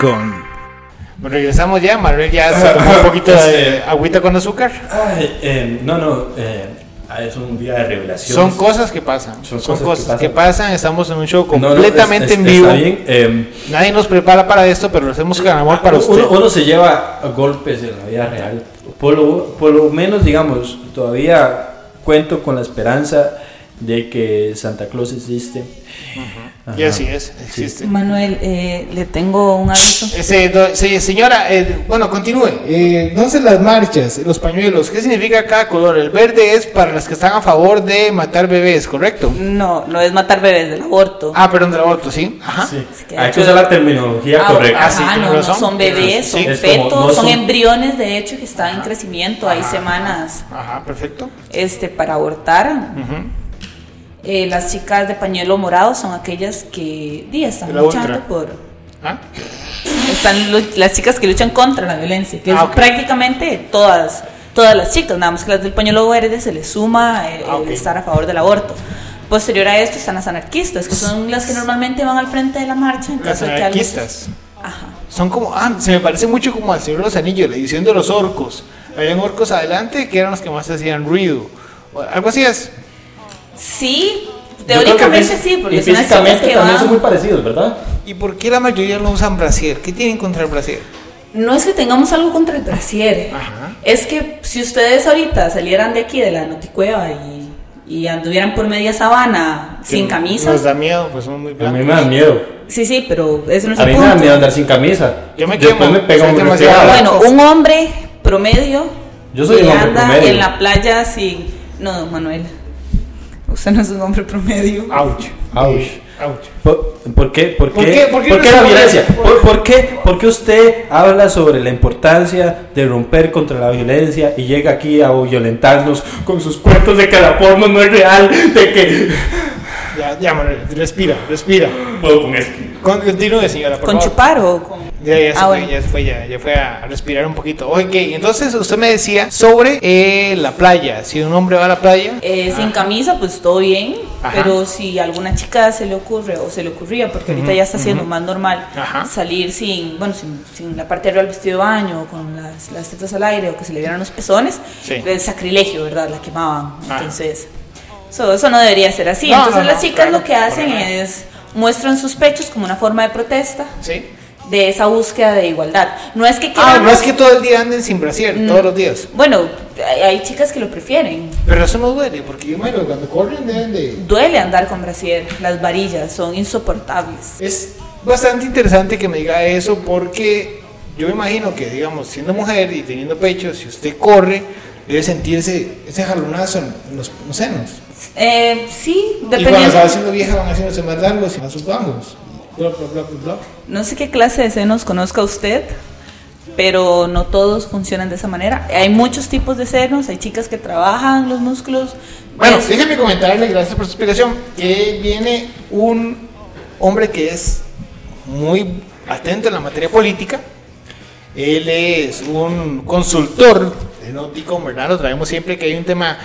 con. Regresamos ya, Manuel ya se tomó un poquito de Este- agüita con azúcar. Ay, eh, no, no, eh, ah, es un día de revelación. Son cosas que pasan. Son, Son cosas, cosas que que, pasan. pasan. Estamos en un show completamente en vivo. Está bien. eh, Nadie nos prepara para esto, pero lo hacemos con amor para usted. uno, uno se lleva a golpes en la vida real. Por lo, por lo menos, digamos, todavía cuento con la esperanza de que Santa Claus existe. y Ajá. así es, existe. Manuel, eh, le tengo un aviso. Ese do- sí, señora, eh, bueno, continúe. Eh, entonces las marchas, los pañuelos, ¿qué significa cada color? El verde es para las que están a favor de matar bebés, ¿correcto? No, no es matar bebés del aborto. Ah, perdón, del aborto, ¿sí. Ajá. Sí. que de Hay hecho- que usar la terminología Ah, correcta. ajá, sí, tienes no, no, razón. son bebés, son Sí, es como- fetos, no son son- embriones de hecho que están en crecimiento, hay semanas Ajá, perfecto. este, para abortar. Eh, las chicas de pañuelo morado son aquellas que di, están De la luchando ultra. por... Ah, Están lu- las chicas que luchan contra la violencia, que Ah, es ok. prácticamente todas, todas las chicas, nada más que las del pañuelo verde se les suma el, Ah, el ok. estar a favor del aborto. Posterior a esto están las anarquistas, que son las que normalmente van al frente de la marcha en Las caso de que algo- anarquistas. Ajá. Son como, ah, se me parece mucho como al Señor de los Anillos, la edición de los orcos. Habían orcos adelante que eran los que más hacían ruido. O algo así es. Sí, Yo creo que teóricamente fí- sí, porque y son las chicas físicamente que también van. son muy parecidos, ¿verdad? ¿Y por qué la mayoría no usan brasier? ¿Qué tienen contra el brasier? No es que tengamos algo contra el brasier, eh. Ajá. es que si ustedes ahorita salieran de aquí de la noticueva y, y anduvieran por media sabana sin Que camisa, Nos da miedo, pues somos muy A mí blancos. me da miedo. sí, sí, pero ese no es A el mí me punto. da miedo andar sin camisa. Yo me Después quemo, me pega soy un demasiado resfriado. blanco. Bueno, un hombre promedio Yo soy que un hombre anda promedio. en la playa sin. No, don Manuel, usted no es un hombre promedio. Ouch. Ouch. Ouch. ¿Por, por qué? ¿Por ¿Por qué? qué? ¿Por qué por no qué se la puede? Pues- violencia? ¿Por, por qué, por qué usted habla sobre la importancia de romper contra la violencia y llega aquí a violentarnos con sus cuentos de que la porno no es real, de que... Ya, ya, Manuel, respira, respira. Puedo con esto. Con- Continúe, señora, por ¿Con favor. chupar o con.? Ya, ya, se Ah, fue, bueno. ya se fue, ya, ya fue a respirar un poquito. Ok, entonces usted me decía sobre eh, la playa. Si un hombre va a la playa, Ah, Eh, sin camisa, pues todo bien. Ajá. Pero si a alguna chica se le ocurre o se le ocurría, porque ahorita ya está siendo más normal Ajá. salir sin, bueno, sin, sin la parte de arriba del vestido de baño, o con las, las tetas al aire o que se le vieran los pezones, Sí. el sacrilegio, ¿verdad? La quemaban. Ah. Entonces, so- eso no debería ser así. No, Entonces, no, no, las chicas claro, lo que hacen para nada. es muestran sus pechos como una forma de protesta ¿sí? de esa búsqueda de igualdad. No es que Ah, queramos. no es que todo el día anden sin brasier, Mm. todos los días. Bueno, hay- hay chicas que lo prefieren. Pero eso no duele, porque yo me lo cuando corren deben de... Duele andar con brasier, las varillas son insoportables. Es bastante interesante que me diga eso porque yo me imagino que, digamos, siendo mujer y teniendo pecho, si usted corre, debe sentirse ese jalonazo en en los, en los senos. Eh, sí, Y cuando se va dependiendo. haciendo vieja van haciéndose más largos y más sus bajos. Bla, bla, bla, bla, bla. No sé qué clase de senos conozca usted, pero no todos funcionan de esa manera. Hay muchos tipos de senos, hay chicas que trabajan los músculos. Pues, Bueno, Es- déjenme comentarle, gracias por su explicación, que viene un hombre que es muy atento en la materia política. Él es un consultor de Noticom, ¿verdad? Lo traemos siempre que hay un tema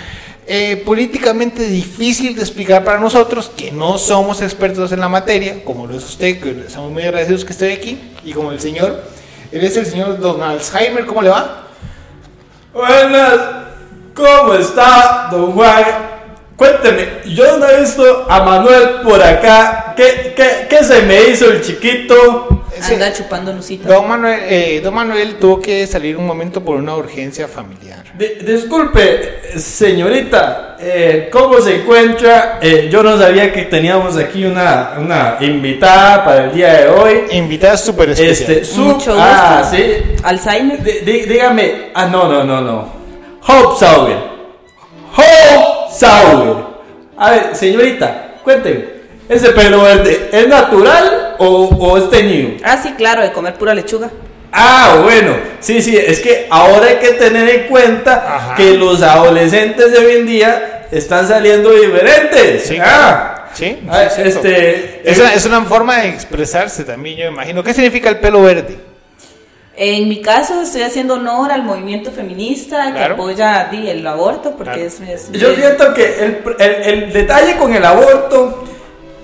eh, políticamente difícil de explicar para nosotros, que no somos expertos en la materia, como lo es usted, que le estamos muy agradecidos que esté aquí, y como el señor. Él es el señor Don Alzheimer, ¿cómo le va? Buenas, ¿cómo está, don Juan? Cuénteme, yo no he visto a Manuel por acá. ¿Qué, qué, qué se me hizo el chiquito? anda chupando nusitas. Don Manuel, eh, don Manuel tuvo que salir un momento por una urgencia familiar. Di- disculpe, señorita, eh, ¿cómo se encuentra? Eh, yo no sabía que teníamos aquí una, una invitada para el día de hoy. Invitada súper especial. Este, su- Mucho gusto. Ah, sí. Alzheimer. Dí- dí- dígame, ah, no, no, no, no. Hope Sauer. Hope Sauer. A ver, señorita, cuénteme. ¿Ese pelo verde es natural o, o es teñido? Ah, sí, claro, de comer pura lechuga. Ah, bueno, sí, sí, es que ahora hay que tener en cuenta Ajá. que los adolescentes de hoy en día están saliendo diferentes. Sí, Ah, Sí, ah, sí, es cierto. este. Es una, es una forma de expresarse también, yo imagino. ¿Qué significa el pelo verde? En mi caso estoy haciendo honor al movimiento feminista Claro. que apoya di, el aborto porque es, es- Yo es- siento que el, el- el detalle con el aborto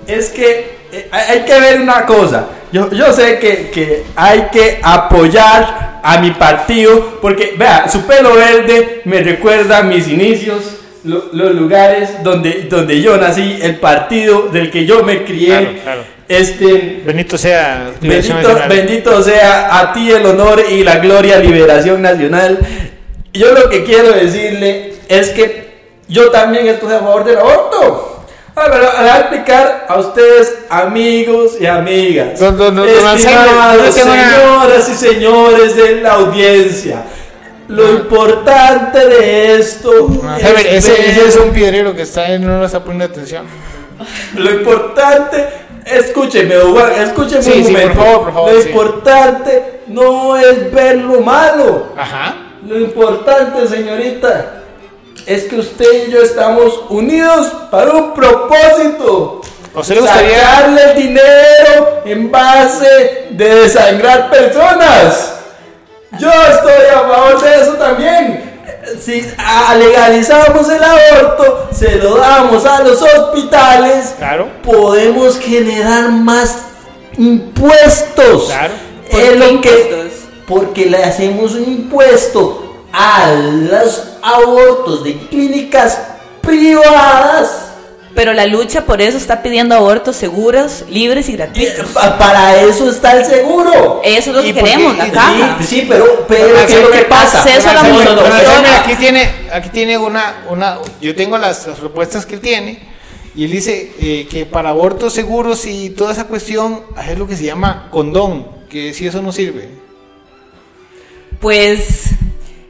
es que eh, hay hay que ver una cosa. Yo, yo sé que, que hay que apoyar a mi partido porque, vea, su pelo verde me recuerda a mis inicios, lo- los lugares donde, donde yo nací, el partido del que yo me crié. Claro, claro. Este, Bendito sea. Liberación Bendito, Nacional. bendito sea a ti el honor y la gloria, liberación nacional. Yo lo que quiero decirle es que yo también estoy a favor del aborto. Ah, pero Le voy a explicar a ustedes, amigos y amigas, Don- don- don Anselmo, yo estimados tengo una- señoras y señores de la audiencia, lo importante de esto Ah, es Heber, ese, ver- ese es un piedrero que está en- no nos está poniendo atención. Lo importante, escúcheme, don Juan, escúcheme Sí, un sí, por momento. favor, por favor, Lo sí. importante no es ver lo malo. Ajá. Lo importante, señorita, es que usted y yo estamos unidos para un propósito. ¿A usted le gustaría- Sacarle el dinero en base de desangrar personas. Yo estoy a favor de eso también. Si a- legalizamos el aborto, se lo damos a los hospitales, Claro. podemos generar más impuestos. Claro. ¿Por Es qué lo que, impuestos? porque le hacemos un impuesto a los abortos de clínicas privadas. Pero la lucha por eso está pidiendo abortos seguros, libres y Y gratuitos. Eh, pa- para eso está el seguro. Eso es lo ¿Y que por qué? queremos, la Sí, caja. Sí, sí, pero, pero Ah, ¿qué es lo que sí, pasa? acceso a la No, no, no, Bueno, doctora. pero no, mira, aquí tiene, aquí tiene una, una, yo tengo las, las propuestas que él tiene y él dice eh, que para abortos seguros y toda esa cuestión hacer lo que se llama condón, que si eso no sirve. Pues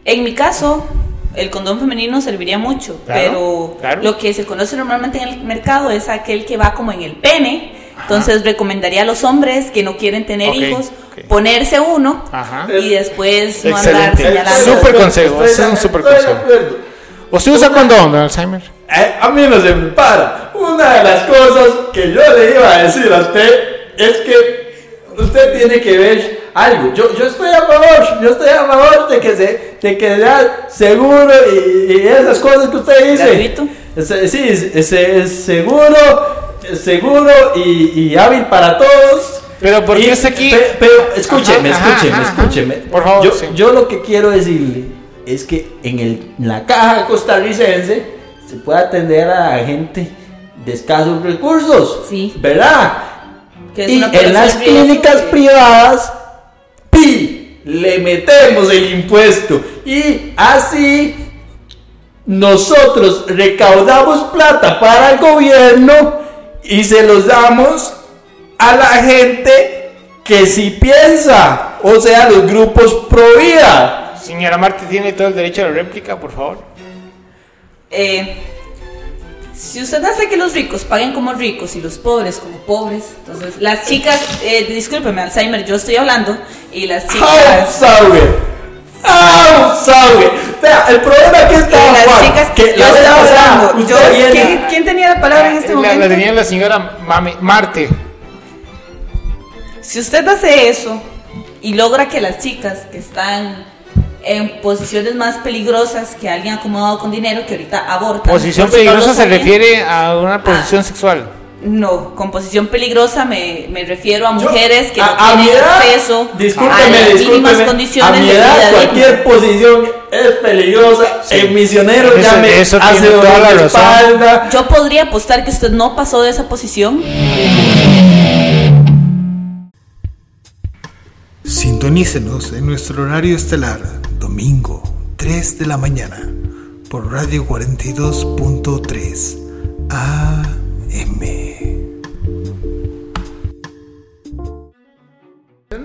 en mi caso, el condón femenino serviría mucho, Claro, pero claro. lo que se conoce normalmente en el mercado es aquel que va como en el pene. Entonces recomendaría a los hombres que no quieren tener Ok, hijos ok. ponerse uno Ajá. y después no andar Excelente. señalando. Súper consejo, Estoy ese es un de- súper estoy de consejo. acuerdo. ¿O se usa condón, don Alzheimer? Eh, a mí no se me para. Una de las cosas que yo le iba a decir a usted es que usted tiene que ver algo. Yo, yo estoy a favor, yo estoy a favor de que se, de que sea seguro y, y esas cosas que usted dice. Gratuito. Se- Sí, es, es seguro, es seguro y, y hábil para todos. Pero, ¿por qué Y- está aquí? pe- Pero escúcheme, Ajá, ajá, escúcheme, ajá, ajá. escúcheme. Por favor, Yo, sí. yo lo que quiero decirle es que en el- en la caja costarricense se puede atender a gente de escasos recursos. Sí. ¿Verdad? que es y una en las población riesgo. clínicas privadas, pi, le metemos el impuesto. Y así nosotros recaudamos plata para el gobierno y se los damos a la gente que sí piensa, o sea, los grupos pro vida. Señora Marte tiene todo el derecho a la réplica, por favor. Eh, si usted hace que los ricos paguen como ricos y los pobres como pobres, entonces las chicas, eh, discúlpeme, Alzheimer, yo estoy hablando, y las ¡Ah, chicas, sabe! ¡Ah, sabe! Vea, el problema aquí está, y las Juan, chicas, que yo la vez estaba pasada hablando, usted yo- viene- ¿quién, quién tenía la palabra en este la, la momento? tenía la señora Mame- Marte. Si usted hace eso y logra que las chicas que están en posiciones más peligrosas que alguien acomodado con dinero, que ahorita abortan, Posición por si no lo peligrosa se sabían, refiere a una posición sexual. No, con posición peligrosa me, me refiero a Yo- mujeres que no mi tienen edad, acceso a discúlpeme, las mínimas discúlpeme, condiciones a mi de edad, vida cualquier digna. posición es peligrosa. El misionero Eso- ya me eso tiene hace toda dolor la de razón. espalda. Yo podría apostar que usted no pasó de esa posición. Sintonícenos en nuestro horario estelar, domingo, 3 de la mañana, por Radio 42.3 AM.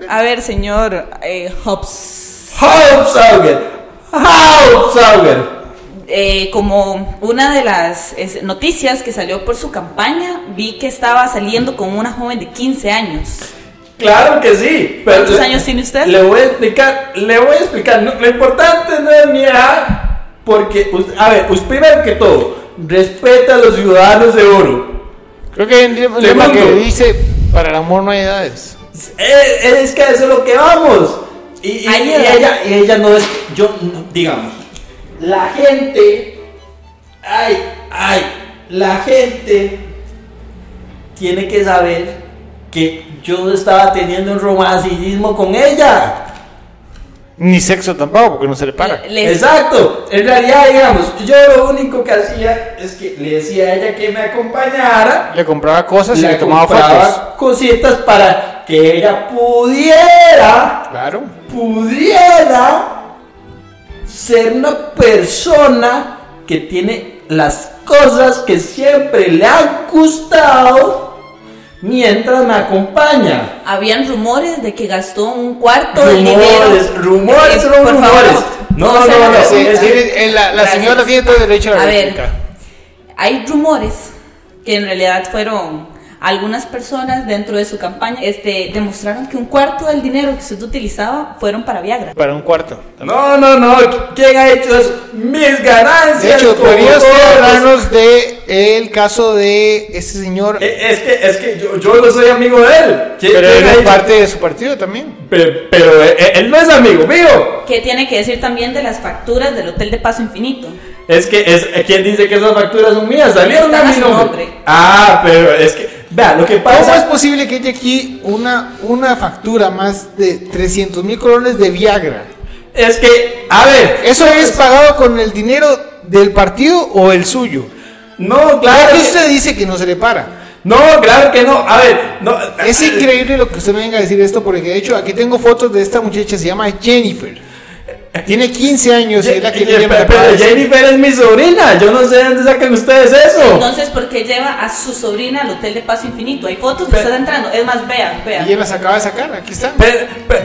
A ver, señor eh, Hobbs, Hauptsauger, Hauptsauger. eh, como una de las es, noticias que salió por su campaña, vi que estaba saliendo con una joven de 15 años. Claro que sí. pero ¿Cuántos le- años tiene usted? Le voy a explicar, le voy a explicar. No, lo importante no es mi edad, porque, us- a ver, us- primero que todo, respeta a los ciudadanos de oro. Creo que hay un lema- lema Segundo. que dice, para el amor no hay edades. Es, es que a eso es lo que vamos. Y, y- Ahí y era. ella, y ella no es. Yo, no, digamos. La gente. Ay, ay. La gente tiene que saber que yo estaba teniendo un romanticismo con ella. Ni sexo tampoco, porque no se le para. Les- Exacto, en realidad, digamos, yo lo único que hacía es que le decía a ella que me acompañara, Le compraba cosas y le le tomaba compraba fotos. cositas para que ella pudiera, Claro. pudiera ser una persona que tiene las cosas que siempre le han gustado mientras me acompaña. Habían rumores de que gastó un cuarto del dinero. Rumores, rumores, Eh, son por favor, rumores. No, no no, sean no, Sí, no, así. es sí, que- eh, la, la Gracias. señora tiene todo derecho a la A ver. réplica. Hay rumores que en realidad fueron algunas personas dentro de su campaña, este, demostraron que un cuarto del dinero que usted utilizaba fueron para Viagra. Para un cuarto. No, no, no. ¿Quién ha hecho eso? Mis ganancias. De hecho, como podría usted todos. hablarnos de el caso de este señor, Eh, Es que, es que yo, yo no soy amigo de él. ¿Quién- pero quién él ha es hecho? parte de su partido también. Pe- pero eh, eh, él no es amigo mío. ¿Qué tiene que decir también de las facturas del Hotel de Paso Infinito? Es que, es, eh, ¿quién dice que esas facturas son mías? Salieron a Están a mi su nombre. nombre. Ah, pero es que, vea, lo que ¿Cómo es pasa. posible que haya aquí una, una factura más de 300 mil colones de Viagra? Es que, a ver, ¿Eso es pagado con el dinero del partido o el suyo? no, Claro claro. que que- usted dice que no se le para. No, claro que no. A ver, no. eh, Es increíble lo que usted me venga a decir esto, porque de hecho aquí tengo fotos de esta muchacha, se llama Jennifer. Tiene 15 años y es la que le llama la eh, pero paz. Jennifer es mi sobrina. Yo no sé de dónde sacan ustedes eso. Entonces, ¿por qué lleva a su sobrina al Hotel de Paso Infinito? Hay fotos de Pero- usted entrando. Es más, vean, vean. Ella las acaba de sacar, aquí está. Pero- pero-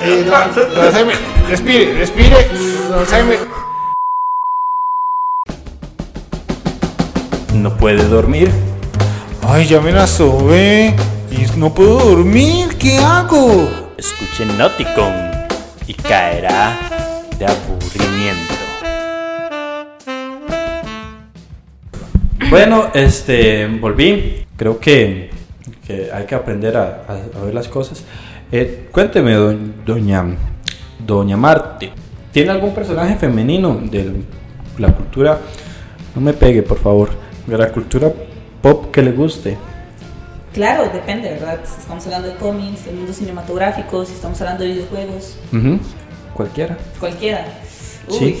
Eh, don- don Alzheimer, respire, respire. Don Alzheimer. No puede dormir. Ay, ya me la sobe y no puedo dormir, ¿qué hago? escuche Nauticon y caerá de aburrimiento. Bueno, este, volví. Creo que, que hay que aprender a, a- a ver las cosas. Eh, cuénteme, do- doña, doña Marte, ¿tiene algún personaje femenino de la cultura? No me pegue, por favor. De la cultura pop que le guste. Claro, depende, ¿verdad? Si estamos hablando de cómics, del mundo cinematográfico, si estamos hablando de videojuegos, Ujú, Cualquiera. cualquiera. Uy, Sí.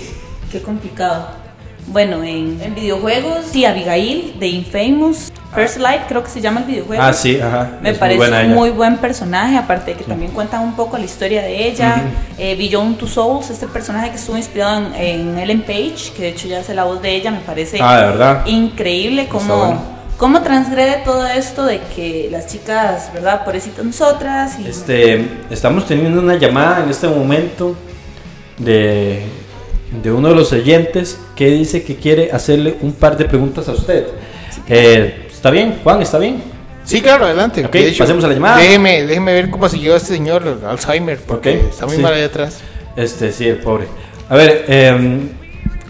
qué complicado. Bueno, en, en videojuegos, sí, Abigail de Infamous, First Light, creo que se llama el videojuego. Ah, sí, ajá. Me es muy parece buena ella. un muy buen personaje, aparte de que también cuenta un poco la historia de ella. Eh, Beyond Two Souls, este personaje que estuvo inspirado en, en Ellen Page, que de hecho ya hace la voz de ella, me parece Ah, de verdad. increíble cómo, bueno. cómo transgrede todo esto de que las chicas, ¿verdad? Pobrecitas nosotras. Y, Este, estamos teniendo una llamada en este momento de, de uno de los oyentes que dice que quiere hacerle un par de preguntas a usted. Eh, ¿Está bien, Juan? ¿Está bien? Sí, claro, adelante. Ok, De hecho, pasemos a la llamada. Déjeme, déjeme ver cómo siguió este señor Alzheimer, porque Ok, está muy sí. mal allá atrás. Este, sí, el pobre. A ver, eh,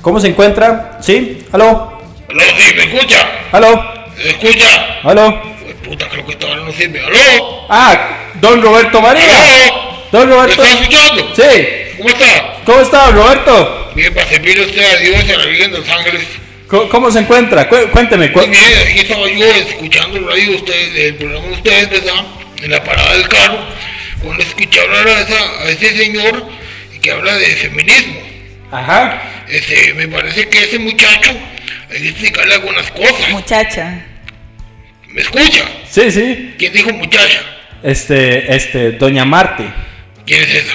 ¿cómo se encuentra? ¿Sí? ¿Aló? Aló, sí, me escucha. ¿Aló? ¿Se escucha? ¿Aló? Pues puta, creo que todavía no sirve. Aló. Ah, don Roberto María. Aló. Don ¿Me Roberto. está escuchando? Sí. ¿Cómo está? ¿Cómo está, Roberto? Bien, para servirle a usted a Dios y a la Virgen de los Ángeles. ¿Cómo, cómo se encuentra? Cué- Cuénteme. cu- Muy bien, aquí estaba yo escuchando el radio de ustedes, el programa de ustedes, ¿verdad? En la parada del carro, cuando escuché hablar a, esa- a ese señor que habla de feminismo. Ajá. Este, me parece que ese muchacho hay que explicarle algunas cosas. Muchacha, ¿Me escucha? Sí, sí. ¿Quién dijo muchacha? Este, este, doña Marte. ¿Quién es esa?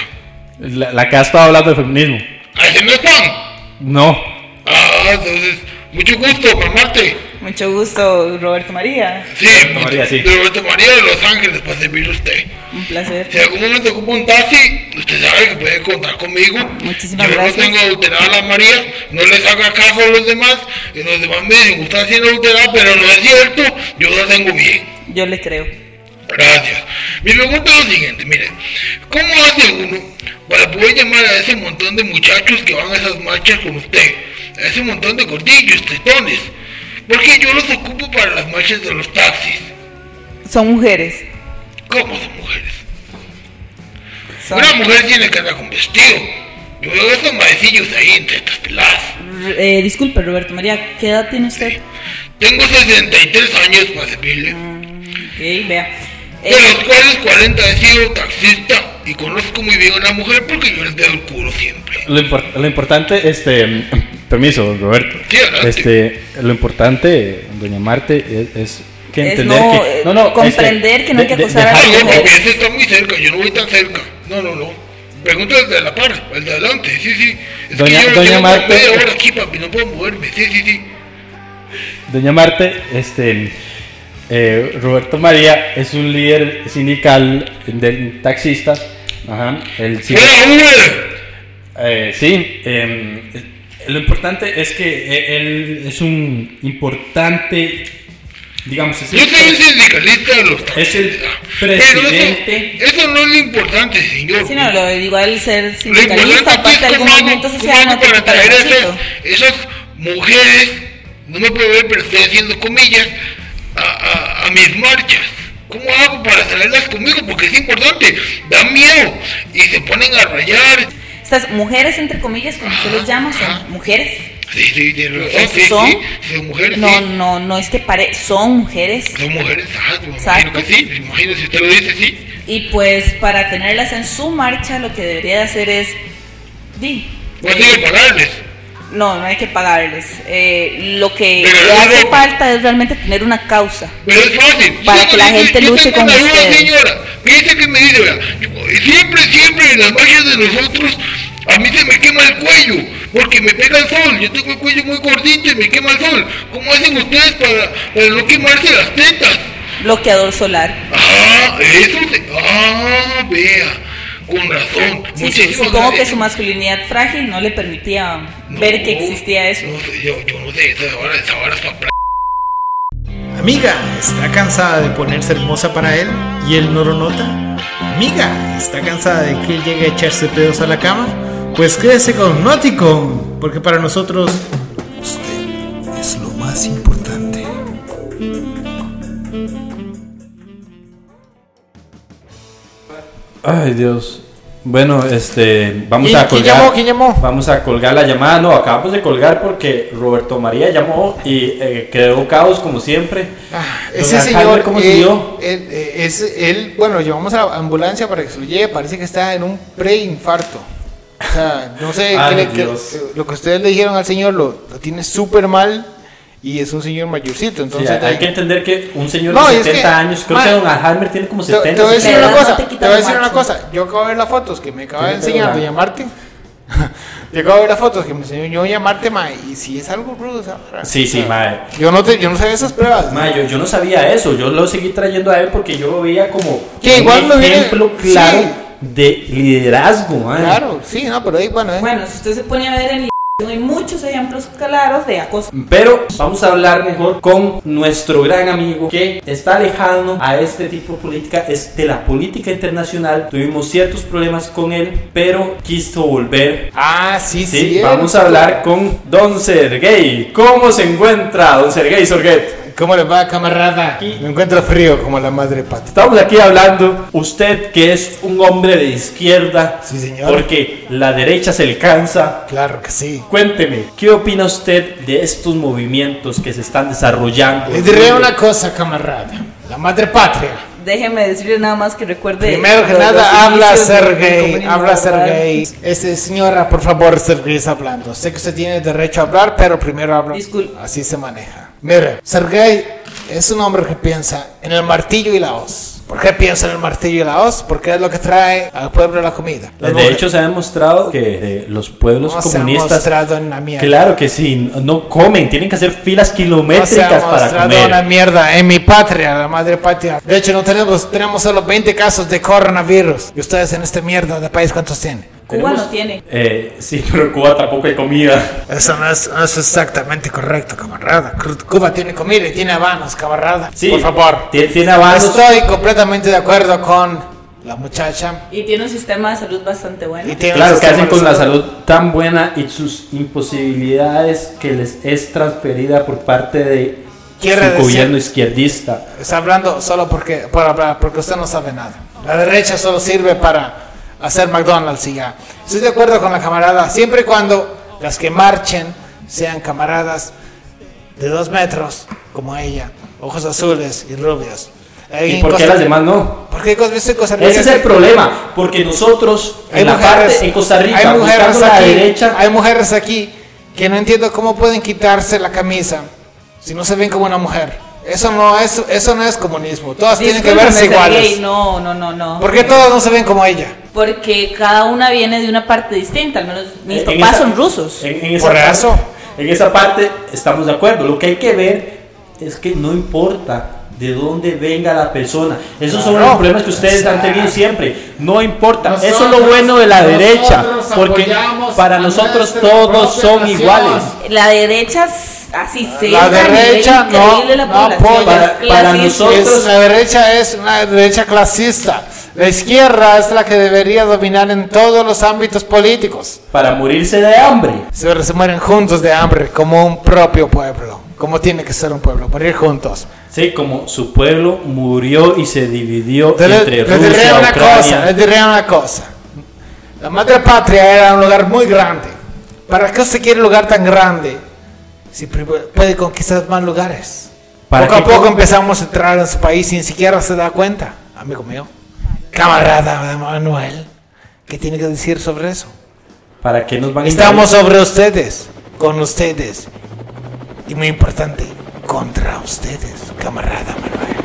La, la que ha estado hablando de feminismo. ¿Ah, ese no es Juan? No. Ah, entonces, mucho gusto, mamarte. mucho gusto, Roberto María. Sí, Roberto María, sí. de Roberto María de Los Ángeles para servirle a usted. Un placer. Si algún momento ocupa un taxi, usted sabe que puede contar conmigo. Muchísimas Yo gracias. no tengo adulterada a la María, no les haga caso a los demás. Y los demás me dicen, usted está siendo adulterada, pero no es cierto, yo la tengo bien. Yo le creo. Gracias. Mi pregunta es la siguiente, mire, ¿cómo hace uno para poder llamar a ese montón de muchachos que van a esas marchas con usted? A ese montón de gordillos, tetones. Porque yo los ocupo para las marchas de los taxis. Son mujeres. ¿Cómo son mujeres? Son Una mujer tiene que andar con vestido. Yo veo esos maecillos ahí entre estas peladas. Eh, disculpe, Roberto María, ¿qué edad tiene usted? Tengo 63 años para servirle. Y vea. Eh, De los cuales 40 he sido taxista y conozco muy bien a una mujer porque yo les veo el culo siempre. Lo, impor- lo importante, este. Permiso, don Roberto. Sí, adelante. Este, lo importante, doña Marte, es, es que Es entender no, eh, que. No, este, no, es comprender que no hay que acusar a dejar- Ah, Ay, no, mujer. porque ese está muy cerca, yo no voy tan cerca. No, no, no. Pregunta el de la par, el de adelante, sí, sí. Es Doña- que yo doña llevo Marta- media hora aquí, papi, no puedo moverme, sí, sí, sí. Doña Marte, este, eh, Roberto María es un líder sindical de taxistas. Ajá, el sin- ¡Fuera Uber! eh, sí, em, lo importante es que e- él es un importante, digamos, es Yo el- soy un sindicalista de los Es el taxistas. presidente. Pero eso, eso no es lo importante, señor. sí, no, lo igual ser Lo importante sindicalista, aquí es aparte de algún cómo movimiento hago, cómo social, no hago te para quita el traer esas, bracito. esas mujeres, no me puedo ver, pero estoy haciendo comillas, a, a- a mis marchas. ¿Cómo hago para traerlas conmigo? Porque es importante, da miedo y se ponen a rayar. Estas mujeres, entre comillas, como usted los llama, Ajá. son mujeres. Sí, sí, tiene razón, Esas sí, sí, son- son mujeres, No, sí. no, no es que pare, son mujeres. Son mujeres, ajá, me imagino Exacto. que sí, me imagino si usted lo dice, sí. Y pues para tenerlas en su marcha, lo que debería de hacer es. Di. No tiene que pagarles. No, no hay que pagarles. Eh, lo que Pero le no, hace no. falta es realmente tener una causa. Pero es fácil. Para Yo que la tengo- gente yo luche tengo con una duda, ustedes. señora. Fíjese que me dice, vea, yo- siempre, siempre en las marchas de nosotros, a mí se me quema el cuello, porque me pega el sol. Yo tengo el cuello muy gordito y me quema el sol. ¿Cómo hacen ustedes para, para no quemarse las tetas? Bloqueador solar. Ah, eso se... Ah, vea. Con razón. Sí, sí, Muchísimas supongo que gracias. su masculinidad frágil no le permitía No, ver que existía eso. No sé, yo, yo no sé, esa vara, esa vara está pl- Amiga, ¿está cansada de ponerse hermosa para él y él no lo nota? Amiga, ¿está cansada de que él llegue a echarse pedos a la cama? Pues quédese con Noticon, porque para nosotros Usted es lo más importante. Ay, Dios. Bueno, este, vamos ¿Quién- a quién colgar. llamó? ¿Quién llamó? Vamos a colgar la llamada. No, acabamos de colgar porque Roberto María llamó y eh, creó caos como siempre. Ah, Don ese Alejandro, señor, ¿cómo eh, siguió? Él, eh, es, él, bueno, llevamos a la ambulancia para que se lo lleve, parece que está en un preinfarto. O sea, no sé, Ay, qué le- qué- Dios. eh, lo que ustedes le dijeron al señor lo, lo tiene súper mal y es un señor mayorcito, Sí, entonces... hay eh, que entender que un señor No, y de es 70 que- años, creo madre, que Don Alhammer tiene como te, te 70. voy a decir Pero una no cosa, te te voy quita a lo decir una macho. cosa, yo acabo de ver las fotos que me acaba de Tiene que enseñar ver. doña Marte. Yo acabo de ver las fotos que me enseñó doña Marte, ma, y si es algo rudo, esa vara. Sí, sí, O sea, madre. Yo no, te, yo no sabía esas pruebas. Ma, yo, yo no sabía eso, yo lo seguí trayendo a él porque yo lo veía como Que igual un lo viene- ejemplo sí. claro de liderazgo, man. Claro, sí, no, pero ahí, bueno, eh. Bueno, si usted se pone a ver en el hay muchos ejemplos claros de acoso. Pero vamos a hablar mejor con nuestro gran amigo que está lejano a este tipo de política, es de la política internacional. Tuvimos ciertos problemas con él, pero quiso volver. Ah, sí, Sí, cierto. vamos a hablar con Don Sergey. ¿Cómo se encuentra Don Sergey Sorget? ¿Cómo les va, camarada? Me encuentro frío como la madre pata. Estamos aquí hablando, usted que es un hombre de izquierda, Sí, señor. porque la derecha se le cansa. Claro que sí. Cuénteme, ¿qué opina usted de estos movimientos que se están desarrollando? Les diré una cosa, camarada. La madre patria. Déjeme decirle nada más que recuerde. Primero que Este, los- los nada, habla inicios del Sergey. comunismo, Habla ¿verdad? Sergey. Este, señora, por favor, Sergey está hablando. Sé que usted tiene derecho a hablar, pero primero habla. Disculpe. Así se maneja. Mire, Sergey es un hombre que piensa en el martillo y la hoz. ¿Por qué piensa en el martillo y la hoz? Porque es lo que trae al pueblo la comida. Las De mujeres- hecho, se ha demostrado que eh, los pueblos No se ha comunistas. mostrado en la mierda. Claro que sí, no comen, tienen que hacer filas kilométricas No se ha para mostrado una comer. mierda en mi patria, la madre patria. De hecho, no tenemos, tenemos solo 20 casos de coronavirus. ¿Y ustedes en esta mierda de país cuántos tienen? Cuba no tiene. Eh, sí, pero en Cuba tampoco hay comida. Eso no es, no es exactamente correcto, camarada. Cru- Cuba tiene comida y tiene habanos, camarada. Sí, Por favor. Tiene, tiene avances. Estoy completamente de acuerdo con la muchacha. Y tiene un sistema de salud bastante bueno. Y tiene Claro, un que hacen sistema con de la salud tan buena y sus imposibilidades que les es transferida por parte de Quiere su decir- gobierno izquierdista. Está hablando solo porque, por hablar, porque usted no sabe nada. La derecha solo sirve para hacer McDonald's y ya. Estoy de acuerdo con la camarada, siempre y cuando las que marchen sean camaradas de dos metros, como ella, ojos azules y rubios. Ahí ¿Y en por qué Costa- las demás no? ¿Por qué Costa- viste Costa Rica? Ese es el problema, porque nosotros Hay en la mujeres- parte en Costa Rica, hay mujeres buscando la aquí, derecha, hay mujeres aquí que no entiendo cómo pueden quitarse la camisa si no se ven como una mujer. Eso no es, eso no es comunismo. Todas tienen que Discúlpeme, verse ser iguales. gay, No, no, no, no. ¿Por qué todas no se ven como ella? Porque cada una viene de una parte distinta, al menos mis En- en papás esa- son rusos. En, en esa Por parte- eso. en esa parte estamos de acuerdo. Lo que hay que ver es que no importa de dónde venga la persona. Esos son los problemas que ustedes han tenido siempre. No importa. Eso es lo Nosotros- bueno de la derecha. nosotros Porque apoyamos para a nosotros nuestra todos propia son nación. iguales. La derecha s- así se La derecha no, no apoya. Para- para nosotros- Es- la derecha es una derecha clasista. La izquierda es la que debería dominar en todos los ámbitos políticos. Para morirse de hambre. Se, se mueren juntos de hambre, como un propio pueblo. Como tiene que ser un pueblo, morir juntos. Sí, como su pueblo murió y se dividió Te le- entre les diré Rusia, una cosa, Ucrania. les diré una cosa. La madre patria era un lugar muy grande. ¿Para qué se quiere un lugar tan grande? Si primero puede conquistar más lugares. ¿Para poco a qué? poco empezamos a entrar en su país y ni siquiera se da cuenta, amigo mío. Camarada Manuel, ¿qué tiene que decir sobre eso? ¿Para qué nos van a Estamos invadir? sobre ustedes, con ustedes. Y muy importante, contra ustedes, camarada Manuel.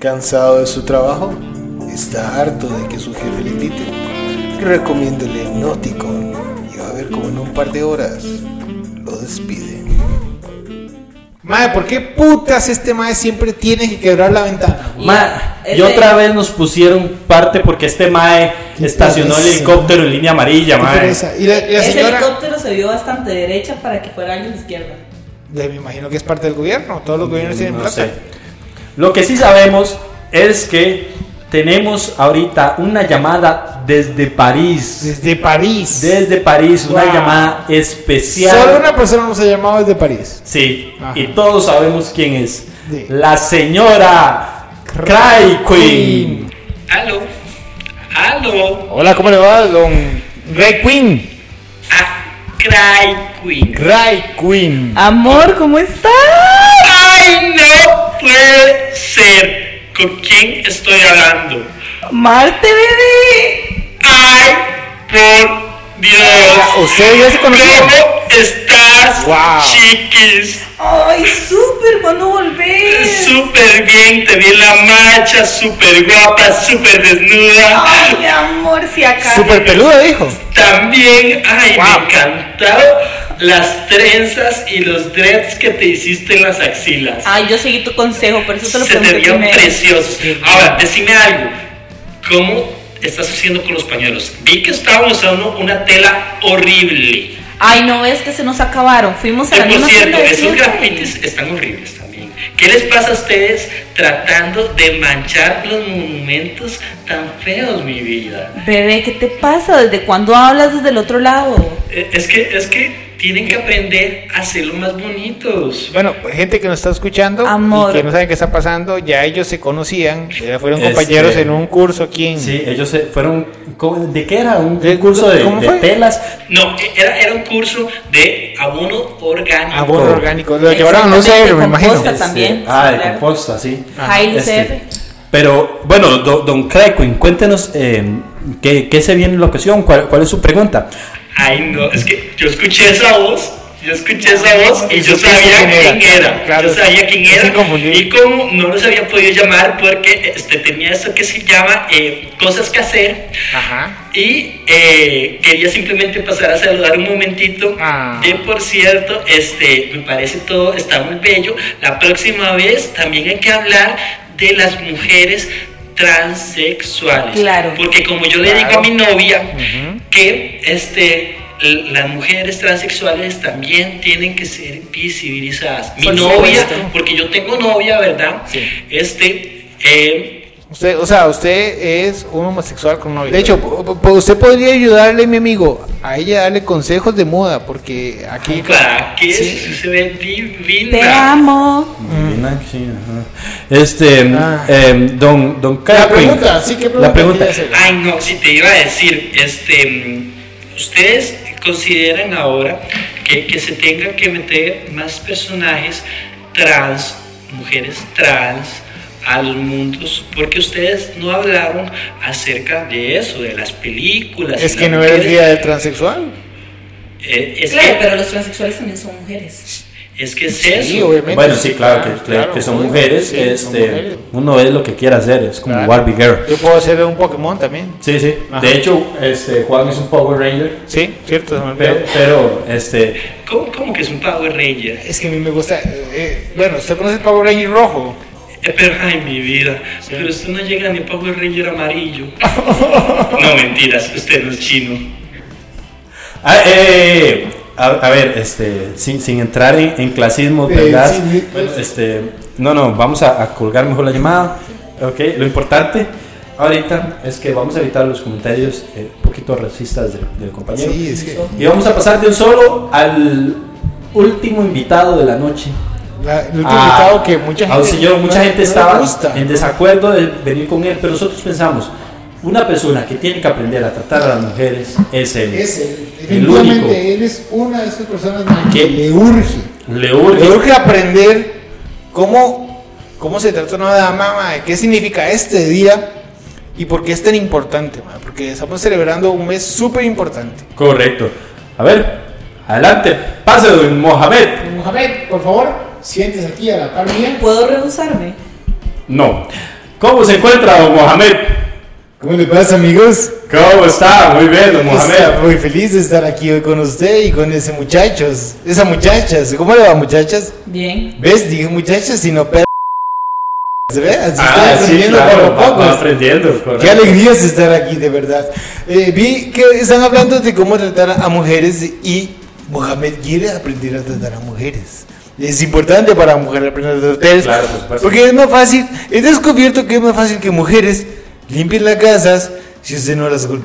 ¿Cansado de su trabajo? ¿Está harto de que su jefe le grite? Recomiéndole Noticon y va a ver como en un par de horas lo despide. Madre, ¿por qué putas este madre siempre tiene que quebrar la ventana? Y- Ma, ese- y otra vez nos pusieron parte porque este Mae estacionó el pereza. helicóptero en línea amarilla, Qué Mae. pereza. Y la, y la Ese señora. helicóptero se vio bastante derecha para que fuera alguien de izquierda. Me imagino que es parte del gobierno. Todos los gobiernos tienen Mm, No plata. sé. Lo que sí sabemos es que tenemos ahorita una llamada desde París. Desde París. Desde París, una Wow. llamada especial. Solo una persona nos ha llamado desde París. Sí, Ajá. y todos sabemos quién es. Sí. La señora Cry Queen. Aló. Aló. Hola, ¿cómo le va, don Ray Queen? Ah, Cry Queen. Ray Queen. Amor, ¿cómo estás? ¡Ay, no puede ser! ¿Con quién estoy hablando? Marte, bebé. ¡Ay, por Dios! ¿Usted ya se conoció? ¿Cómo estás, Wow. chiquis? Ay, súper, ¿cuándo volvés? Súper bien, te vi en la marcha, súper guapa, súper desnuda. Ay, mi amor, si acá. Super peluda, dijo. También, ay, me encantaron las trenzas y los dreads que te hiciste en las axilas. Ay, yo seguí tu consejo, por Ah, eso te lo Se te pregunté veían primero. preciosos. Ahora, decime algo. ¿Cómo estás haciendo con los pañuelos? Vi que estaban usando una tela horrible. Ay, no ves que se nos acabaron. Fuimos a Que la por misma cierto, tienda de esos siempre. grafitis están horribles también. ¿Qué les pasa a ustedes tratando de manchar los monumentos tan feos, mi vida? Bebé, ¿qué te pasa? ¿Desde cuándo hablas desde el otro lado? Eh, Es que, es que tienen que aprender a hacerlo más bonitos. Bueno, pues, gente que nos está escuchando Amor. y que no saben qué está pasando, ya ellos se conocían, ya fueron Este- compañeros en un curso aquí en Sí, ellos se fueron. ¿cómo- ¿De qué era? Un ¿De- curso de, cómo de fue? telas. No, e, era, era un curso de abono orgánico. abono orgánico. Lo llevaron a un Exactamente, cero, me imagino. composta. también, Ah, de claro. composta, sí. Ay, Lucer. Este, Pero bueno, do- don Craquin, cuéntenos eh, ¿qué, qué se viene en la ocasión, cuál, cuál es su pregunta. Ay, no, es que yo escuché esa voz, yo escuché esa Ah, voz y yo supiste sabía quién era. quién era. Claro, yo sabía quién es era. inconfundible. Y como no los había podido llamar porque este, tenía esto que se llama eh, cosas que hacer. Ajá. Y eh, quería simplemente pasar a saludar un momentito. Ah. Que por cierto, este, me parece todo está muy bello. La próxima vez también hay que hablar de las mujeres transexuales. Claro. Porque como yo le digo a mi novia que este l- las mujeres transexuales también tienen que ser visibilizadas. Mi Por novia, supuesto. porque yo tengo novia, ¿verdad? Este eh, Usted, o sea, usted es un homosexual con novia. De hecho, po- po- usted podría ayudarle, mi amigo, a ella a darle consejos de moda, porque aquí... Para que Sí. se ve divina. Te amo. Divina, Ah, sí, ajá. Este, Mm. Ah. em, don, don La Carpin. pregunta, sí, ¿qué pregunta La pregunta. Ah, quería hacer? Ay, no, si te iba a decir, este, mm, ustedes consideran ahora que, que se tengan que meter más personajes trans, mujeres trans, al mundo, porque ustedes no hablaron acerca de eso, de las películas. Es y que las no era el mujeres. día del transexual. Eh, es, Claro, que, pero los transexuales también son mujeres. es que es Sí, eso. obviamente. Bueno, sí, claro, que, que- Ah, claro, que son obvio, mujeres. sí, son este, mujeres. Uno es lo que quiera hacer, es como Claro. Barbie Girl. Yo puedo hacer un Pokémon también. Sí, sí. Ajá. De hecho, este, Juan es un Power Ranger. Sí, cierto, se me olvidó. Pero, pero, este, ¿Cómo, cómo que es un Power Ranger? Es que a mí me gusta... eh, bueno, usted conoce el Power Ranger rojo. Eh, Pero, ay, mi vida, pero usted no llega ni a Power Ranger amarillo. no, mentiras, usted no es chino. ah, eh, eh, eh, a, a ver, este, sin, sin entrar en, en clasismo, Eh, ¿verdad? sí, sí, Bueno, este, no, no, vamos a, a colgar mejor la llamada. Ok, lo importante ahorita es que vamos a evitar los comentarios eh, un poquito racistas del, del compañero. Sí, es que... Y vamos a pasar de un solo al último invitado de la noche. la- el último Ah, invitado que mucha a gente... un señor, mucha no- gente no le estaba gusta. en desacuerdo de venir con él, pero nosotros pensamos, una persona que tiene que aprender a tratar a las mujeres es él. Es él. El único. Definitivamente él es una de esas personas a ¿Qué? que le urge. Le urge. Le urge aprender cómo, cómo se trata una dama, mae, qué significa este día y por qué es tan importante, mae, porque estamos celebrando un mes súper importante. Correcto. A ver, adelante. Pase, don Mohamed. Eh, Mohamed, por favor, siéntese aquí a la par mía. ¿Puedo rehusarme? No. ¿Cómo se encuentra, don Mohamed? ¿Cómo le pasa, amigos? ¿Cómo está? Muy bien, Eh, don Está Mohamed. muy feliz de estar aquí hoy con usted y con ese muchachos. Esa muchachas. ¿Cómo le va, muchachas? Bien. ¿Ves? Dije muchachas, sino p. ¿Se ve? Así Ah, está sí, aprendiendo claro, poco a va, poco. va aprendiendo. Qué correcto. alegría es estar aquí, de verdad. Eh, vi que están hablando de cómo tratar a mujeres y Mohamed quiere aprender a tratar a mujeres. Es importante para la mujer aprender a tratar a mujeres. Claro, por supuesto. Porque es más fácil, he descubierto que es más fácil que mujeres limpien las casas si usted no las golpea.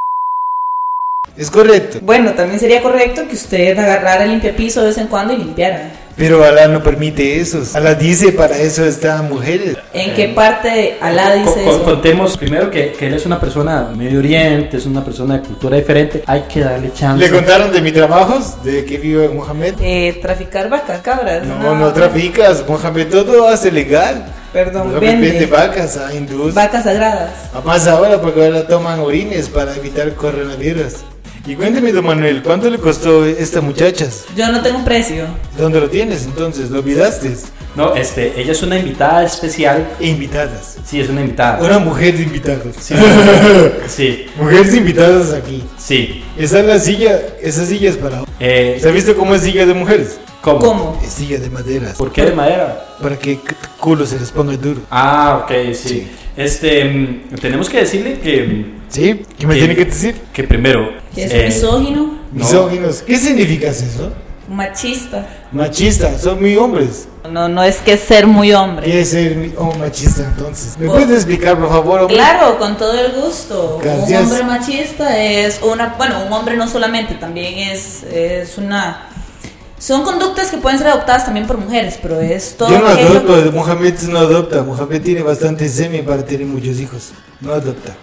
Es correcto. Bueno, también sería correcto que usted agarrara el limpiapiso de vez en cuando y limpiara. Pero Alá no permite eso. Alá dice para eso están mujeres. ¿En qué parte de Alá Co- dice co- eso? contemos primero que, que él es una persona de Medio Oriente, es una persona de cultura diferente. Hay que darle chance. ¿Le contaron de mis trabajos? ¿De que vive Mohamed? Eh, traficar vacas, cabras. No, no traficas, Mohamed, todo hace legal. Perdón, Mohamed vende. vende vacas a hindús. Vacas sagradas. Más ahora, porque ahora toman orines para evitar coronavirus. Y cuénteme, don Manuel, ¿cuánto le costó estas muchachas? Yo no tengo precio. ¿Dónde lo tienes entonces? ¿Lo olvidaste? No, este, ella es una invitada especial. E invitadas. Sí, es una invitada. Una mujer de invitadas. Sí. Sí, Mujeres invitadas aquí. sí. Esa es la silla, esa silla es para... Eh, ¿Se ha visto cómo es silla de mujeres? ¿Cómo? ¿Cómo? Es silla de maderas. ¿Por qué de madera? Para que c- culo se les ponga duro. Ah, ok, sí. Este, mm, tenemos que decirle que, mm, ¿Sí? ¿Qué me Sí. tiene que decir? que primero. Que es eh, misógino, No. Misóginos. ¿Qué significa eso? machista. Machistas, son muy hombres. No, no es que ser muy hombre. Quiere ser mi- oh, machista entonces. ¿Me Oh. puedes explicar, por favor? hombre? Claro, con todo el gusto. Gracias. Un hombre machista es una, bueno, un hombre no solamente, también es, es una, son conductas que pueden ser adoptadas también por mujeres, pero es todo. Yo no aquello- adopto, Mohamed no adopta. Mohamed tiene bastante semen para tener muchos hijos. No adopta.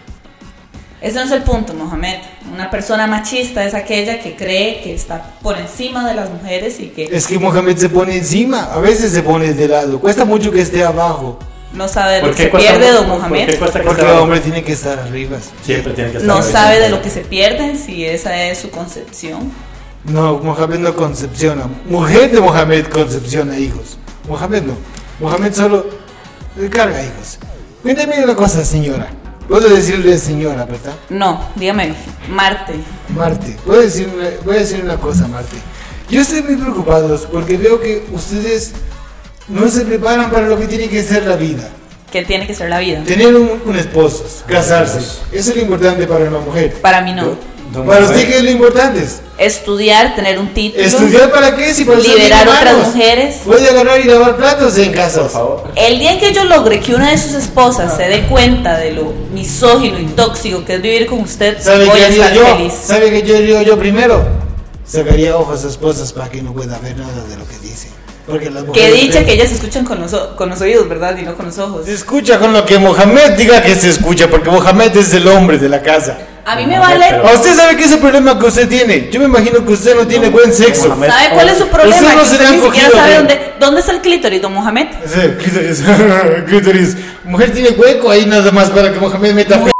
Ese no es el punto, Mohamed. Una persona machista es aquella que cree que está por encima de las mujeres y que Es que Mohamed se pone encima, a veces se pone de lado. Cuesta mucho que esté abajo, no sabe de lo ¿por que qué se cuesta- pierde, por- don ¿Por qué Mohamed. cuesta que porque el sea- hombre tiene que estar arriba. Siempre tiene que estar No arriba. sabe de lo que se pierde si esa es su concepción. No, Mohamed no concepciona. Mujer de Mohamed concepciona hijos. Mohamed no. Mohamed solo carga hijos. Cuéntame una cosa, señora. Puedo decirle señora, ¿verdad? No, dígame, Marte. Marte, voy a decir una, voy a decir una cosa, Marte. Yo estoy muy preocupado porque veo que ustedes no se preparan para lo que tiene que ser la vida. ¿Qué tiene que ser la vida? Tener un, un esposo, casarse. Eso es lo importante para una mujer. Para mí no. Yo, Don Para Manuel. usted, ¿qué es lo importante? Estudiar, tener un título. ¿Estudiar pues, para qué? Si para usted Liberar tiene otras manos. mujeres. Puede agarrar y lavar platos en casa. Por favor. El día en que yo logre que una de sus esposas se dé cuenta de lo misógino y tóxico que es vivir con usted, ¿Sabe voy qué a haría estar yo? feliz. ¿Sabe qué yo haría yo primero? Sacaría ojos a esposas para que no pueda ver nada de lo que dice. Porque las Que mujeres dicha ven. que ellas se escuchan con los, o- con los oídos, ¿verdad? Y no con los ojos. Se escucha con lo que Mohamed diga que se escucha, porque Mohamed es el hombre de la casa. A mí me vale. ¿A usted sabe qué es el problema que usted tiene? Yo me imagino que usted no tiene buen sexo. ¿Sabe cuál es su problema? Ustedes Que no se le usted han ni siquiera cogido, sabe ¿no? dónde, dónde está el clítoris, don Mohamed. Sí, clítoris. clítoris. Mujer tiene hueco ahí nada más para que Mohamed meta. p-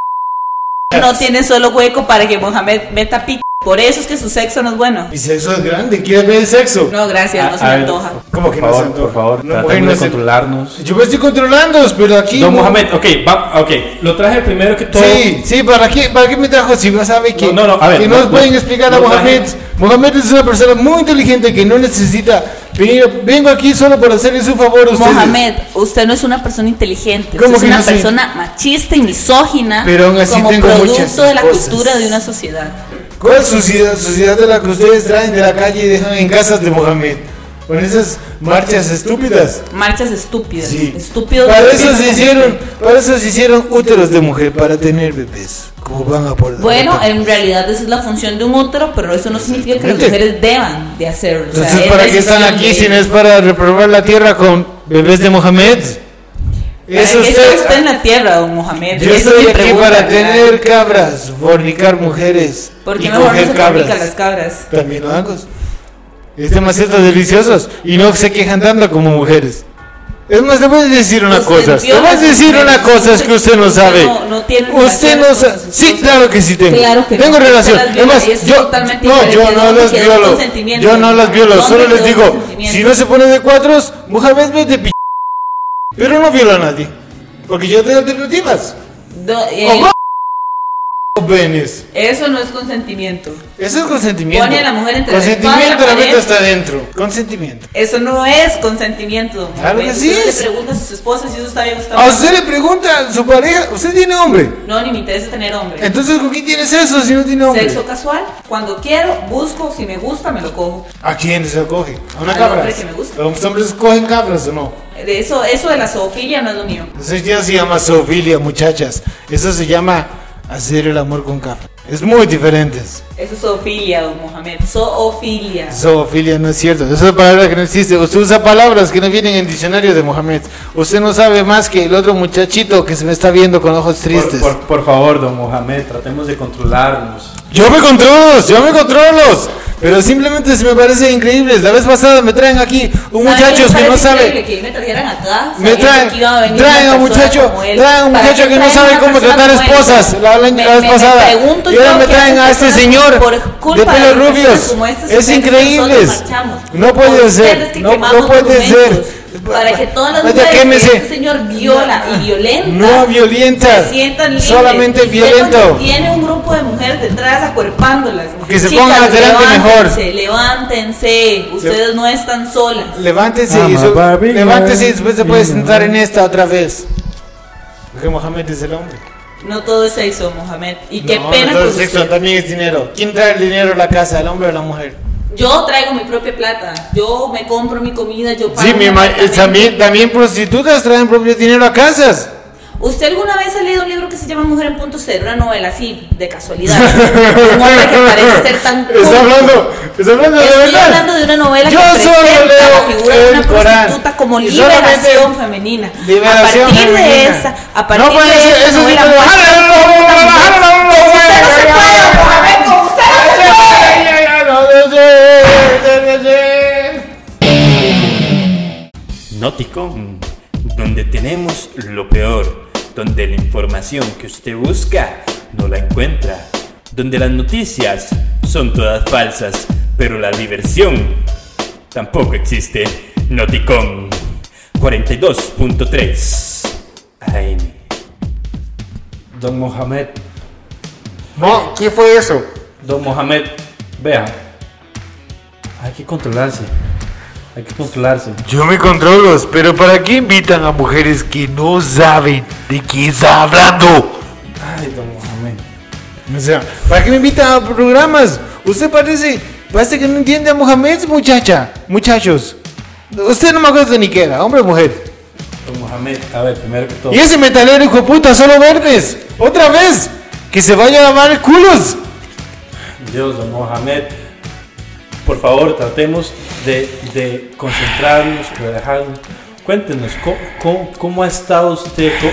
No tiene solo hueco para que Mohamed meta p. Por eso es que su sexo no es bueno. Mi sexo es grande, quiere ver el sexo. No, Ah, gracias, no se A- me a ver, antoja. ¿Cómo que Por no se favor, antoja? por favor, No, tratemos mujer, no de se- controlarnos. Yo me estoy controlando, pero aquí. Don no- Mohamed, ok, va, ok, lo traje primero que todo. Sí, sí, ¿para qué, ¿para qué me trajo si ya sabe que, No, no, no, a ver, que no, no, nos no, pueden explicar a no, Mohamed? Mohamed es una persona muy inteligente que no necesita venir. Vengo aquí solo para hacerles un favor a ustedes. Mohamed, usted no es una persona inteligente, usted ¿Cómo es que una no soy? persona machista y misógina Pero aún así como tengo muchas producto de la cosas. cultura de una sociedad. ¿Cuál suciedad, suciedad de la que ustedes traen de la calle y dejan en casas de Mohamed? Con esas marchas estúpidas. Marchas estúpidas, Sí. estúpidos. Para de- eso se hicieron, para eso se hicieron úteros de mujer, para tener bebés. Como van a poder. Bueno, en realidad esa es la función de un útero, pero eso no significa que las Exactamente. mujeres deban de hacerlo. o sea, Entonces, es ¿para qué están decisión aquí de si no ellos. es para reprobar la tierra con bebés de Mohamed? ¿Para Eso qué está usted- usted en la tierra, don Mohamed? Yo Esa es mi estoy aquí pregunta, para ¿verdad? tener cabras, fornicar mujeres ¿Por qué y mejor no coger se cabras. fabrican las cabras? También lo hago. Es demasiado deliciosos y no se quejan tanto como mujeres. Es más, te voy a decir una Usted cosa. Te viola voy a a sus decir mujeres. una cosa es que usted no sabe. No, no tiene usted no relaciones sabe. con sus Sí, esposas. claro que sí tengo. Claro que tengo no, relación. usted las viola Además, y es yo, totalmente no, yo diferente, no no las requiere violo. consentimiento. Yo no las violo. No Solo les requiere digo, consentimiento. si no se pone de cuatros, Mohamed vete p. Pero no viola a nadie. Porque yo tengo alternativas. Do- eh, O va- o penes. eso no es consentimiento. Eso es consentimiento. Pone a la mujer entre la consentimiento espada y la la meta pared. está adentro. Consentimiento. Eso no es consentimiento. don Claro que Mohamed. sí Usted es. Ah, le pregunta a sus esposas si eso está bien o está A mal. usted le pregunta a su pareja, ¿usted tiene hombre? No, ni me interesa tener hombre. Entonces, ¿con quién tienes eso si no tiene hombre? Sexo casual, cuando quiero, busco, si me gusta, me lo cojo. ¿A quién se lo coge? ¿A una Al cabra? hombre que me gusta. ¿Los hombres cogen cabras o no? De Eso, eso de la zoofilia no es lo mío. Eso ya se llama zoofilia, muchachas. Eso se llama hacer el amor con cabra. Es muy diferente. Eso es zoofilia, don Mohamed. Zoofilia. Zoofilia no es cierto. Esa es una palabra que no existe. Usted usa palabras que no vienen en diccionario de Mohamed. Usted no sabe más que el otro muchachito que se me está viendo con ojos Por, tristes. por- por favor, don Mohamed, tratemos de controlarnos. Yo me controlo, yo me controlo. Pero simplemente se me parece increíble. La vez pasada me traen aquí un ¿Sabe muchacho qué me que no parece sabe. increíble que me trajeran acá. Me sabiendo traen, que iba a venir traen una a un persona muchacho, como él? traen a un ¿Para muchacho qué que no traen sabe una cómo persona tratar como él? esposas. La, la- Me- la vez me- me pasada. pregunto y ahora yo me qué traen hacen a este personas señor por culpa de pelos de personas rubios. como estas Es que increíble. nosotros marchamos. No puede ser. Por ustedes que No, no quemamos puede ser. documentos, Para que todas las Vaya, mujeres que quémese. este señor viola y violenta No violenta. se sientan libres. Solamente Y violento. sepan que Tiene un grupo de mujeres detrás acuerpándolas. Que se Chicas, pongan adelante mejor. levántense, Levántense, ustedes no están solas. Levántese, Ama y su- Barbie, levántese y después se puede Barbie. sentar en esta otra vez. Porque Mohamed es el hombre. No todo es sexo, Mohamed. Y qué No, no pena todo con es sexo, usted. también es dinero. ¿Quién trae el dinero a la casa, el hombre o la mujer? Yo traigo mi propia plata. Yo me compro mi comida, yo pago. Sí, mi mi ma- eh, apartamento. también, también prostitutas traen propio dinero a casas. ¿Usted alguna vez ha leído un libro que se llama Mujer en punto cero? Una novela así, de casualidad. un hombre que parece ser tan culto. Está hablando, está hablando de Estoy verdad. hablando de una novela Yo que solo presenta la leo figura de el una Corán. prostituta como Y solamente liberación femenina. liberación a partir de femenina. esa, a partir No puede de ser, esa eso sí novela, puede- muestra ¡Bájalo, cómo bájalo, una mujer- bájalo, bájalo, Con usted no se bájalo, bájalo, puede, Mohamed, con usted no se puede. Ay, ay, ay, no, no sé, Noticom, mm, donde tenemos lo peor, donde la información que usted busca no la encuentra, donde las noticias son todas falsas, pero la diversión tampoco existe. Noticom 42.3 AM. Don Mohamed, no sé. ¿Qué fue eso? don Mohamed, vea, hay que controlarse, hay que controlarse. Yo me controlo, pero ¿para qué invitan a mujeres que no saben de qué está hablando? Ay, don Mohamed, O sea, ¿para qué me invita a programas? Usted parece, parece que no entiende a Mohamed, muchacha, muchachos. Usted no me acuerdo ni qué era, hombre o mujer. Don Mohamed, a ver, primero que todo. Y ese metalero hijo de puta, solo verdes. Otra vez, que se vaya a lavar culos. Dios, don Mohamed. Por favor, tratemos de, de concentrarnos, relajarnos. Cuéntenos, ¿cómo, cómo, cómo ha estado usted? Co-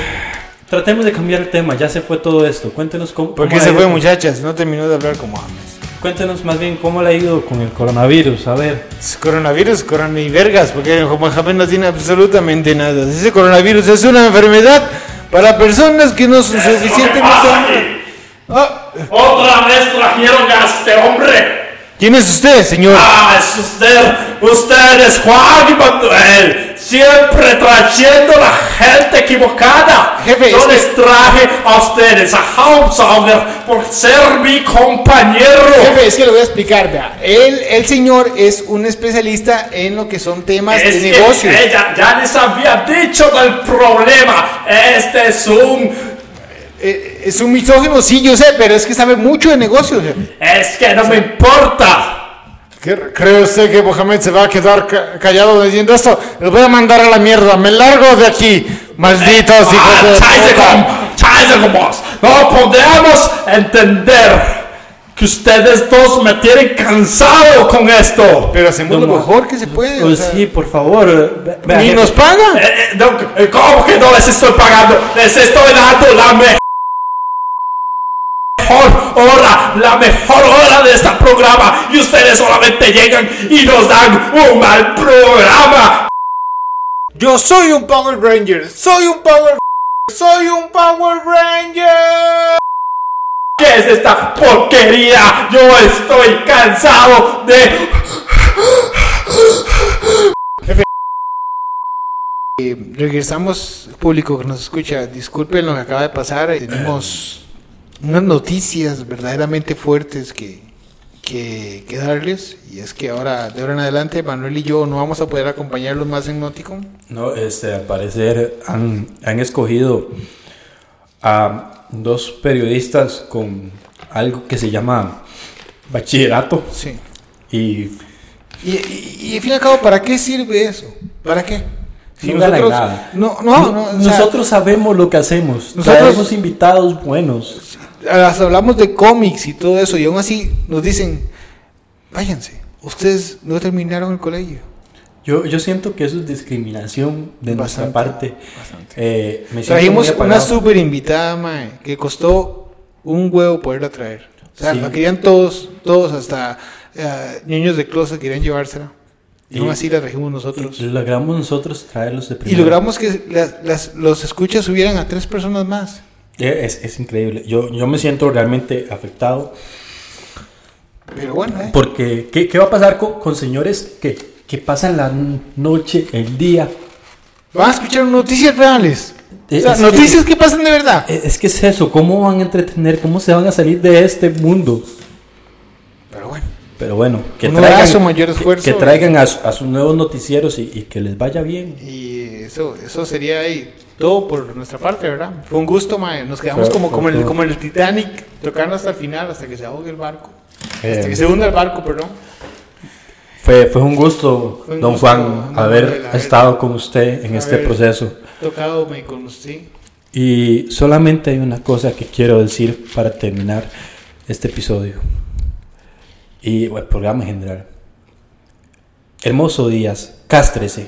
Tratemos de cambiar el tema, ya se fue todo esto. Cuéntenos cómo. ¿Por qué cómo se ha fue, ido- muchachas? No terminó de hablar con Mohamed. Cuéntenos más bien cómo le ha ido con el coronavirus, a ver. Es Coronavirus, coronavirvergas, porque Mohamed no tiene absolutamente nada. Ese coronavirus es una enfermedad para personas que no son suficientemente... fácil. Ah, Otra vez trajeron a este hombre. ¿Quién es usted, señor? Ah, es usted, usted es Juan Manuel. Siempre trayendo la gente equivocada. Jefe, Yo es que- les traje a ustedes a Hauptsauger por ser mi compañero. Jefe, es que lo voy a explicar, vea. El, el señor es un especialista en lo que son temas Es de que este negocio. ella ya les había dicho del problema. Este es un Eh, es un misógino, sí, yo sé, pero es que sabe mucho de negocios, jefe. Es que no me importa. ¿Cree usted que Mohamed se va a quedar ca- callado diciendo esto? Lo voy a mandar a la mierda, me largo de aquí, malditos Ah, hijos de Chávez puta. con, chance con vos. No podemos entender que ustedes dos me tienen cansado con esto. Pero hacemos lo Toma. mejor que se puede. o Pues sea, sí, por favor. ve- vea, Ni jefe. nos paga. Eh, eh, no, eh, ¿Cómo que no les estoy pagando? Les estoy dando la me- mejor hora, la mejor hora de este programa. Y ustedes solamente llegan y nos dan un mal programa. Yo soy un Power Ranger, soy un Power soy un Power Ranger. ¿Qué es esta porquería? Yo estoy cansado de... Regresamos, público que nos escucha, disculpen lo que acaba de pasar, eh, tenemos unas noticias verdaderamente fuertes que, que, que darles, y es que ahora, de ahora en adelante, Manuel y yo no vamos a poder acompañarlos más en Noticon. No, este, al parecer han, han escogido a dos periodistas con algo que se llama bachillerato Sí. y Y, y, y, al fin y al cabo, ¿para qué sirve eso? ¿Para qué? No ganan nada. No, no, no, o sea, nosotros sabemos lo que hacemos. Nosotros- Traemos invitados buenos. hasta hablamos de cómics y todo eso, y aún así nos dicen, váyanse, ustedes no terminaron el colegio. Yo, yo siento que eso es discriminación de nuestra Bastante, parte. Eh, me siento Trajimos muy una apagado. super invitada, mae, que costó un huevo poderla traer. O sea, Sí. la querían todos, todos, hasta eh, niños de closet querían llevársela. Y aún Y- así la trajimos nosotros. Y, Logramos nosotros traerlos de primera. logramos que las- las- los escuchas subieran a tres personas más. Eh, Es, es increíble. Yo, yo me siento realmente afectado. Pero bueno, eh. Porque, ¿qué, qué va a pasar con, con señores que, que pasan la noche, el día? van a escuchar noticias reales. Eh, O sea, es que- noticias que pasan de verdad. Eh, Es que es eso, ¿cómo van a entretener? ¿Cómo se van a salir de este mundo? Pero bueno. Pero bueno, que Un traigan, abrazo, mayor que- esfuerzo. que traigan a, su- a sus nuevos noticieros y, y que les vaya bien. Y eso, eso sería ahí todo por nuestra parte, ¿verdad? Fue un gusto, mae. Nos quedamos Fue- como, fue como, en el, todo. como en el Titanic, tocando hasta el final, hasta que se ahogue el barco. Eh, Hasta Este que se hunda el barco, perdón. Fue, fue un gusto, Fue un don gusto, Juan, don haber Manuel, haber- estado con usted en este haber- proceso. Tocado me conocí. Y solamente hay una cosa que quiero decir para terminar este episodio y bueno, el programa en general. Hermoso Díaz, cástrese.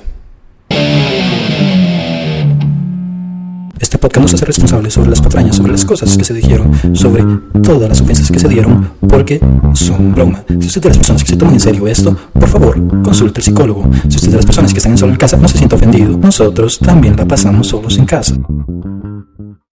Este podcast no se hace responsable sobre las patrañas, sobre las cosas que se dijeron, sobre todas las ofensas que se dieron, porque son broma. Si usted es de las personas que se toman en serio esto, por favor, consulte al psicólogo. Si usted es de las personas que están en solo en casa, no se sienta ofendido. Nosotros también la pasamos solos en casa.